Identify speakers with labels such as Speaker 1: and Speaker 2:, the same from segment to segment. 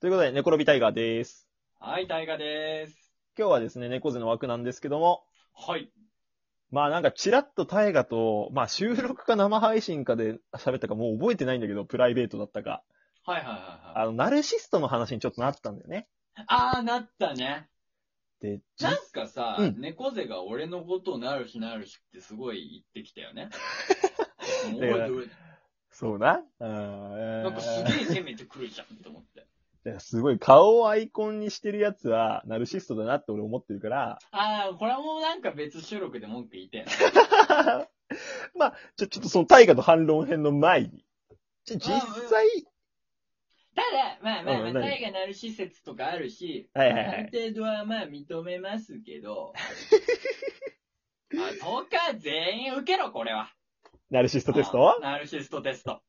Speaker 1: ということで、猫ロビタイガーです。
Speaker 2: はい、大河でーす。
Speaker 1: 今日はですね、猫背の枠なんですけども、
Speaker 2: はい。
Speaker 1: まあなんかチラッとタイガと、まあ収録か生配信かで喋ったかもう覚えてないんだけど、プライベートだったか。
Speaker 2: はいはいはいは
Speaker 1: あの、ナルシストの話にちょっとなったんだよね。
Speaker 2: い。あー、なったね。
Speaker 1: で、じ
Speaker 2: なんかさ、
Speaker 1: うん
Speaker 2: 猫背が俺のことをなる日なる日ってすごい言ってきたよ ね。もう
Speaker 1: だか
Speaker 2: 覚え
Speaker 1: ら
Speaker 2: てる
Speaker 1: そうな。うん
Speaker 2: なんかすげえ攻めてくるじゃんと思って。
Speaker 1: いやすごい顔をアイコンにしてるやつは、ナルシストだなって俺思ってるから、
Speaker 2: あー、これはもうなんか別収録で文句言いたいな。
Speaker 1: まあ、ちょ、ちょっとそのタイガと反論編の前に。じゃ実
Speaker 2: あ
Speaker 1: 際、
Speaker 2: ただ、まあま
Speaker 1: う
Speaker 2: あ
Speaker 1: ん
Speaker 2: まあ、
Speaker 1: 何
Speaker 2: 大河なる施設とかあるし、
Speaker 1: はいはいは
Speaker 2: あ
Speaker 1: い。
Speaker 2: る程度はまあ認めますけ ど、あ、そうか、全員受けろ、これは。
Speaker 1: ナルシストテスト
Speaker 2: あーナルシストテスト。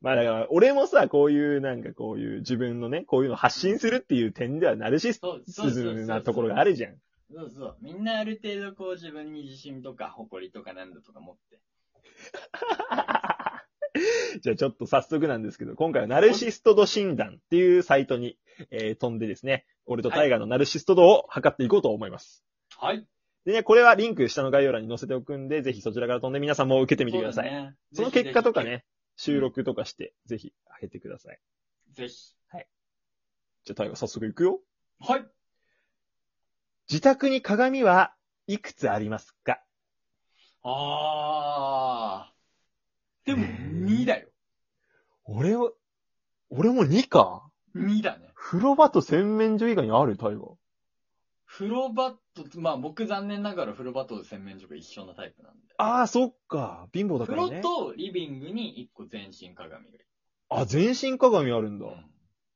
Speaker 1: まあだから、俺もさ、こういう、なんかこういう自分のね、こういうのを発信するっていう点ではナルシス
Speaker 2: そう、そうそうそうそ
Speaker 1: ズ
Speaker 2: う。
Speaker 1: なところがあるじゃん。
Speaker 2: そうそう。みんなある程度こう自分に自信とか誇りとかなんだとか持って。
Speaker 1: じゃあちょっと早速なんですけど、今回はナルシスト度診断っていうサイトに、えー飛んでですね、俺とタイガーのナルシスト度を測っていこうと思います。
Speaker 2: はい。
Speaker 1: でね、これはリンク下の概要欄に載せておくんで、ぜひそちらから飛んで皆さんも受けてみてください。そ,、
Speaker 2: そうね
Speaker 1: の結果とか。
Speaker 2: ぜ
Speaker 1: ね、収録とかして、ぜひ上げてください。
Speaker 2: ひぜひ。ぜひ
Speaker 1: じゃあタイガー早速行くよ。
Speaker 2: はい。
Speaker 1: 自宅に鏡はいくつありますか
Speaker 2: あー。でも、2だよ。
Speaker 1: 俺は、俺も2か
Speaker 2: 2だね。
Speaker 1: 風呂場と洗面所以外にあるタイガー。
Speaker 2: 風呂場と、まあ僕残念ながら風呂場と洗面所が一緒なタイプなんで。
Speaker 1: ああ、そっか。貧乏だ
Speaker 2: 風
Speaker 1: から
Speaker 2: 呂
Speaker 1: ね。
Speaker 2: とリビングに1個全身鏡がいる。
Speaker 1: あ、全身鏡あるんだ。
Speaker 2: うん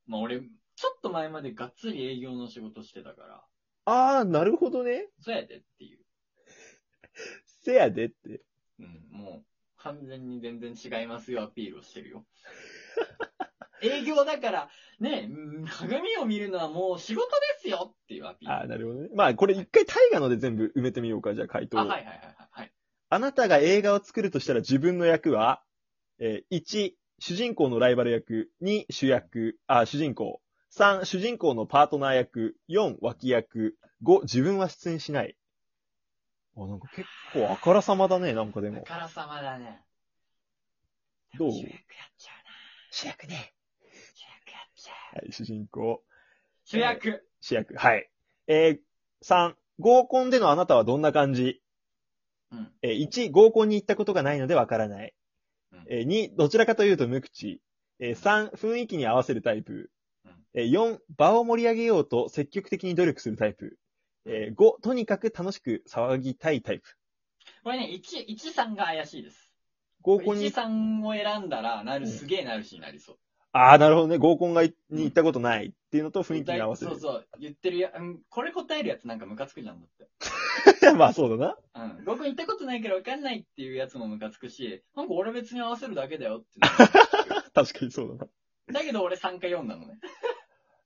Speaker 2: まあ俺、ちょっと前までがっつり営業の仕事してたから、
Speaker 1: ああ、なるほどね。
Speaker 2: そうやでっていう。
Speaker 1: せやでって。
Speaker 2: うん、もう、完全に全然違いますよアピールをして るよ。営業だから、ね、うん鏡を見るのはもう仕事ですよっていうアピール。
Speaker 1: ああ、なるほどね。まあ、これ一回タイガので全部埋めてみようか。じゃあ回答を。
Speaker 2: あはいはいはいはいはい。
Speaker 1: あなたが映画を作るとしたら自分の役は、えー、1、主人公のライバル役、2、主役、あ、主人公、3、主人公のパートナー役、4、脇役、5、自分は出演しない。あ、なんか結構あからさまだね、なんかで
Speaker 2: あ
Speaker 1: も。
Speaker 2: からさまだね。
Speaker 1: どう
Speaker 2: 主役やっちゃ
Speaker 1: 主役ね。
Speaker 2: うな。主役やっちゃう。
Speaker 1: はい、主人公、
Speaker 2: 主役。
Speaker 1: 主役、はい。えー、3、合コンでのあなたはどんな感じ
Speaker 2: うん。
Speaker 1: えー、1、合コンに行ったことがないのでわからない
Speaker 2: うん。
Speaker 1: えー、2、どちらかというと無口。えー、3、雰囲気に合わせるタイプ
Speaker 2: うん。
Speaker 1: えー、4、場を盛り上げようと積極的に努力するタイプ。えー、5、とにかく楽しく騒ぎたいタイプ。
Speaker 2: これね、1、1さんが怪しいです。
Speaker 1: 合コン
Speaker 2: 1
Speaker 1: に、
Speaker 2: さんを選んだら、なる、
Speaker 1: うん
Speaker 2: すげえなるしになりそう。
Speaker 1: ああ、なるほどね。合コンがいに行ったことないっていうのと雰囲気に合わせる。
Speaker 2: そうそう。言ってるや、うん、これ答えるやつなんかムカつくじゃんだって。
Speaker 1: まあそうだな。
Speaker 2: うん。合コン行ったことないから分かんないっていうやつもムカつくし、なんか俺別に合わせるだけだよって なる。
Speaker 1: 確かにそうだな。
Speaker 2: だけど俺3回読んだのね。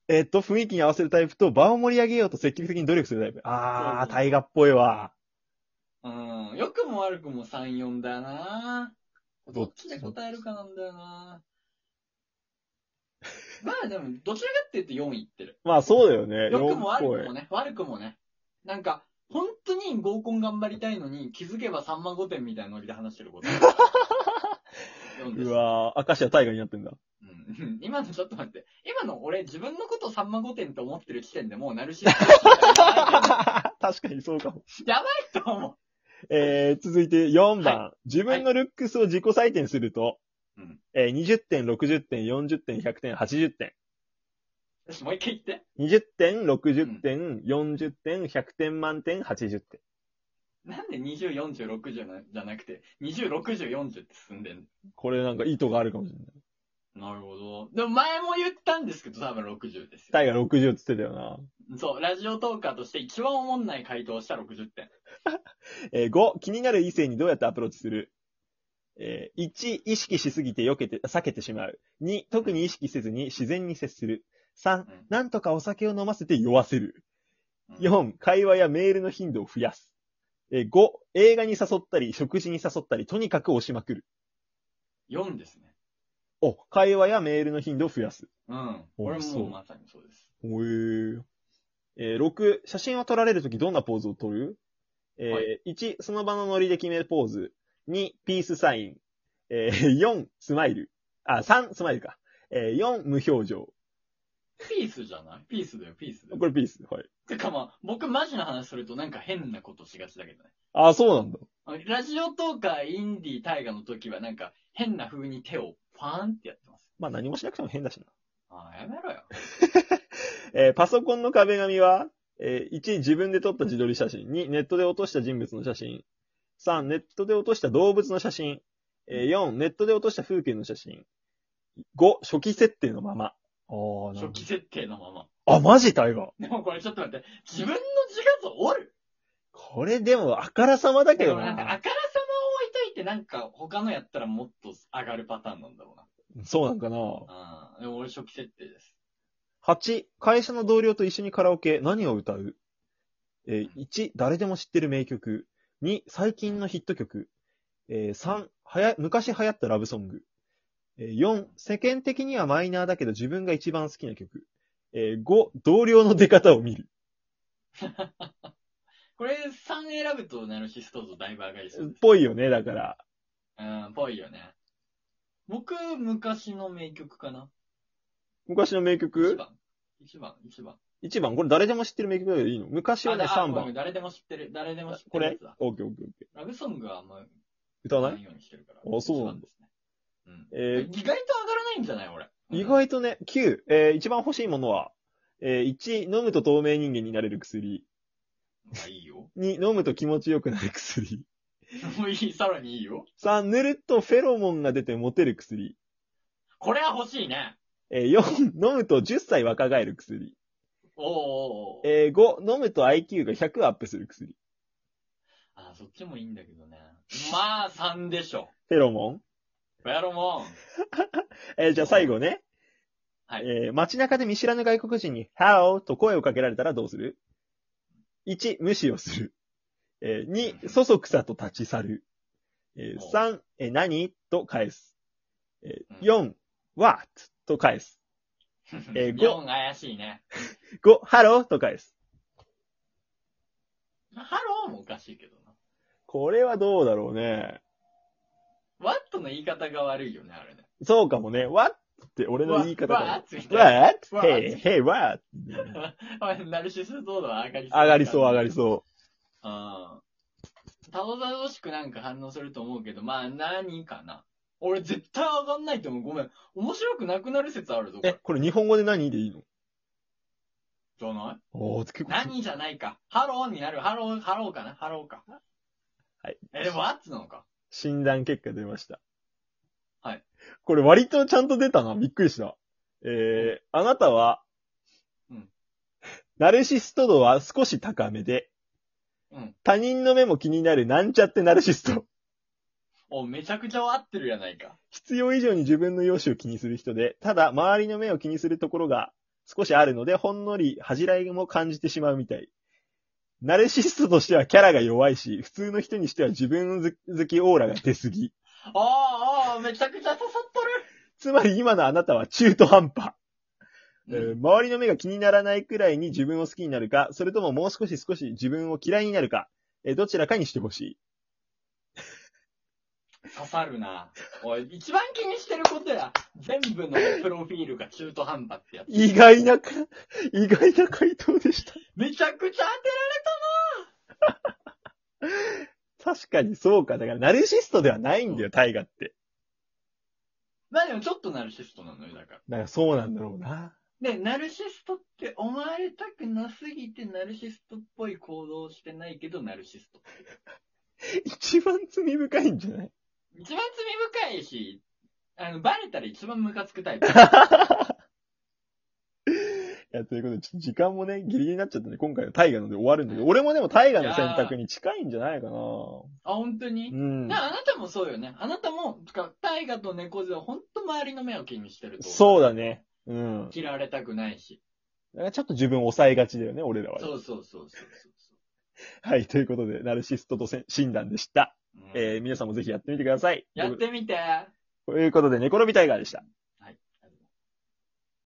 Speaker 1: えっと、雰囲気に合わせるタイプと、場を盛り上げようと積極的に努力するタイプ。あ
Speaker 2: そう
Speaker 1: あ、
Speaker 2: そう
Speaker 1: 大河っぽいわ。
Speaker 2: うん。良くも悪くも3、4だよな
Speaker 1: ど
Speaker 2: ど
Speaker 1: っ
Speaker 2: っ
Speaker 1: ち
Speaker 2: ちで答えるかなんだよなまあでも、どちらかって言って4い ってる。
Speaker 1: まあそうだよね。
Speaker 2: 良く
Speaker 1: 四
Speaker 2: も
Speaker 1: っ
Speaker 2: 悪
Speaker 1: ぽ
Speaker 2: く
Speaker 1: い
Speaker 2: もね。悪くもね。なんか、本当に合コン頑張りたいのに、気づけば3万5点みたいなノリで話してる こと。4です
Speaker 1: うわー、明石は大河になってんだ。
Speaker 2: うん 今のちょっと待って。今の俺自分のことさんま御殿と思ってる時点でもうナ ルシストだ
Speaker 1: 確かにそうかも。
Speaker 2: と思
Speaker 1: えー、続いて4番、
Speaker 2: は
Speaker 1: 自分のルックスを自己採点すると、
Speaker 2: うん
Speaker 1: えー、20点、60点、40点、100点、80点。
Speaker 2: う。よし、もう一回言って。
Speaker 1: 20点、60点、40点、100点満点、80点。
Speaker 2: なんで20、40、60なじゃなくて、20、60、40って進んでんの
Speaker 1: これなんか意図があるかもしれない。
Speaker 2: なるほど。でも前も言ったんですけど、多分60ですよ。
Speaker 1: タイガ60って言ってたよな。
Speaker 2: そう、ラジオトーカーとして一番おもんない回答をした60点。
Speaker 1: えー、5、気になる異性にどうやってアプローチするえー、1、意識しすぎて避けて、避けてしまう。2、特に意識せずに自然に接する。3
Speaker 2: ん、
Speaker 1: なんとかお酒を飲ませて酔わせる。
Speaker 2: うん
Speaker 1: 4、会話やメールの頻度を増やす。えー、5、映画に誘ったり、食事に誘ったり、とにかく押しまくる。
Speaker 2: 4ですね。
Speaker 1: お、会話やメールの頻度を増やす。
Speaker 2: うん。
Speaker 1: お
Speaker 2: 俺も
Speaker 1: そう
Speaker 2: もうまさにそうです。
Speaker 1: へええー、6、写真を撮られるときどんなポーズを撮るえー
Speaker 2: は
Speaker 1: 1、その場のノリで決めるポーズ。2、ピースサイン。えー、4、ス マイル。あ、3、スマイルか。えー、4、無表情。
Speaker 2: ピースじゃないピースだよ、ピースだよ
Speaker 1: こ。れピース。はい。
Speaker 2: てかまあ、僕マジな話するとなんか変なことしがちだけどね。
Speaker 1: あ、そうなんだ。
Speaker 2: あラジオとかインディー大河の時はなんか変な風に手をパーンってやってます。
Speaker 1: まあ何もしなくても変だしな。
Speaker 2: ああ、やめろよ。
Speaker 1: えーパソコンの壁紙は、えー1、自分で撮った自撮り写真。2、ネットで落とした人物の写真。3、ネットで落とした動物の写真。えー4、ネットで落とした風景の写真。5、初期設定のまま。ああ、
Speaker 2: 初期設定のまま。
Speaker 1: あ、マジタイガー。
Speaker 2: でもこれちょっと待って、自分の自画像折る
Speaker 1: これでも、あからさまだけ
Speaker 2: で
Speaker 1: ど
Speaker 2: もなんかあ
Speaker 1: な。
Speaker 2: からさまを置いといてなんか他のやったらもっと上がるパターンなんだろうな。
Speaker 1: そうなんかな。
Speaker 2: ああ、でも俺初期設定です。
Speaker 1: 8、会社の同僚と一緒にカラオケ、何を歌うえー ?1、誰でも知ってる名曲。2、最近のヒット曲。えー3、はや、昔流行ったラブソング。えー4、世間的にはマイナーだけど自分が一番好きな曲。えー5、同僚の出方を見る。
Speaker 2: これ3選ぶとナルシスト像だいぶ上がりそうです。
Speaker 1: ぽいよね、だから。
Speaker 2: うん、ぽいよね。僕、昔の名曲かな。
Speaker 1: 昔の名
Speaker 2: 1
Speaker 1: 曲
Speaker 2: 番。1番、1番。
Speaker 1: 1番。これ誰でも知ってる名曲だけどいいの昔はね、
Speaker 2: あ
Speaker 1: 3。
Speaker 2: あごめん
Speaker 1: 番。
Speaker 2: 誰でも知ってる、誰でも知って
Speaker 1: こ
Speaker 2: るや
Speaker 1: れ
Speaker 2: つだ。
Speaker 1: オッケーオッケーオッケー。
Speaker 2: ラブソングはあんま
Speaker 1: 歌わ
Speaker 2: な
Speaker 1: ない
Speaker 2: いようにしてるから。
Speaker 1: あそうなんだ
Speaker 2: 一番ですね。うん。
Speaker 1: えー
Speaker 2: 意外と上がらないんじゃない俺。
Speaker 1: 意外とね、9、えー一番欲しいものは、えー1、飲むと透明人間になれる薬。
Speaker 2: うんまあいいよ。
Speaker 1: 2、飲むと気持ちよくなる薬。
Speaker 2: もういい、さらにいいよ。
Speaker 1: 3、塗るとフェロモンが出てモテる薬。
Speaker 2: これは欲しいね。
Speaker 1: えー4、飲むと10歳若返る薬。
Speaker 2: おーおーおー
Speaker 1: えー5、飲むと IQ が100アップする薬。
Speaker 2: あ、そっちもいいんだけどね。まあ、3でしょ。
Speaker 1: フェロモン
Speaker 2: やろもん。
Speaker 1: えーじゃあ最後ね。
Speaker 2: はい
Speaker 1: えー街中で見知らぬ外国人に、How? と声をかけられたらどうする ?1、無視をする。えー2、そそくさと立ち去る。えー
Speaker 2: お
Speaker 1: 3、えー何と返す。えー
Speaker 2: う
Speaker 1: 4、What? と返す。え ーご
Speaker 2: 4怪しいね。
Speaker 1: 5、Hello? と返す。
Speaker 2: ハローもおかしいけどな。
Speaker 1: これはどうだろうね。
Speaker 2: ワットの言い方が悪いよね、あれね。
Speaker 1: そうかもね。What? って俺の言い方
Speaker 2: わわ
Speaker 1: だ
Speaker 2: っつみたいな。
Speaker 1: What?
Speaker 2: What？
Speaker 1: Hey, hey, what?
Speaker 2: おいナルシスどうだ上がりそう。
Speaker 1: 上がりそう、上が
Speaker 2: り。
Speaker 1: りそう。
Speaker 2: うん。たどたどしくなんか反応すると思うけど、まあ何かな。俺絶対上がんないと思う。ごめん。面白くなくなる説あるぞ、こ
Speaker 1: え
Speaker 2: れ。、
Speaker 1: これ日本語で何でいいの
Speaker 2: じゃない
Speaker 1: おー、結構。
Speaker 2: 何じゃないか。ハローになる。ハロー、ハローかなハローか。
Speaker 1: はい。
Speaker 2: え、でもワッツなのか。
Speaker 1: 診断結果出ました。
Speaker 2: はい。
Speaker 1: これ割とちゃんと出たな。びっくりした。えー、あなたは、
Speaker 2: うん。
Speaker 1: ナルシスト度は少し高めで、
Speaker 2: うん。
Speaker 1: 他人の目も気になるなんちゃってナルシスト。
Speaker 2: お、めちゃくちゃ合ってるやないか。
Speaker 1: 必要以上に自分の容姿を気にする人で、ただ周りの目を気にするところが少しあるので、ほんのり恥じらいも感じてしまうみたい。ナルシストとしてはキャラが弱いし、普通の人にしては自分好きオーラが出すぎ。
Speaker 2: あーあー、めちゃくちゃ刺さっとる。
Speaker 1: つまり今のあなたは中途半端。 え
Speaker 2: う
Speaker 1: ー
Speaker 2: ん
Speaker 1: 周りの目が気にならないくらいに自分を好きになるか、それとももう少し少し自分を嫌いになるか、えーどちらかにしてほしい。
Speaker 2: 刺さるな。おい、一番気にしてることや。全部のプロフィールが中途半端ってやつ。
Speaker 1: 意外なか、 意外な回答でした。
Speaker 2: めちゃくちゃ
Speaker 1: 確かにそうか。だから、ナルシストではないんだよ、タイガって。
Speaker 2: 当てる。まあでもちょっとナルシストなのよ、だか
Speaker 1: だからそうなんだろうな。
Speaker 2: ら。で、ナルシストって思われたくなすぎて、ナルシストっぽい行動をしてないけど、ナルシスト。
Speaker 1: 一番罪深いんじゃない
Speaker 2: 一番罪深いし、あの、バレたら一番ムカつ くタイプ。
Speaker 1: いや、ということで、ちょっと時間もね、ギリギリになっちゃったんで、今回はタイガので終わるんだけど、俺もでもタイガの選択に近いんじゃないかな。
Speaker 2: あ、本当
Speaker 1: う
Speaker 2: に、
Speaker 1: ん
Speaker 2: な。あなたもそうよね。あなたも、つか、タイガと猫背は本当周りの目を気にしてると。
Speaker 1: そうだね。うん。
Speaker 2: 嫌われたくないし。
Speaker 1: だからちょっと自分を抑えがちだよね、俺らはね。
Speaker 2: そうそうそうそうそう そ
Speaker 1: はい、ということで、ナルシストとせん診断でした。
Speaker 2: う。うん
Speaker 1: えー皆さんもぜひやってみてください。
Speaker 2: やってみて。
Speaker 1: ということで、猫のびタイガーでした。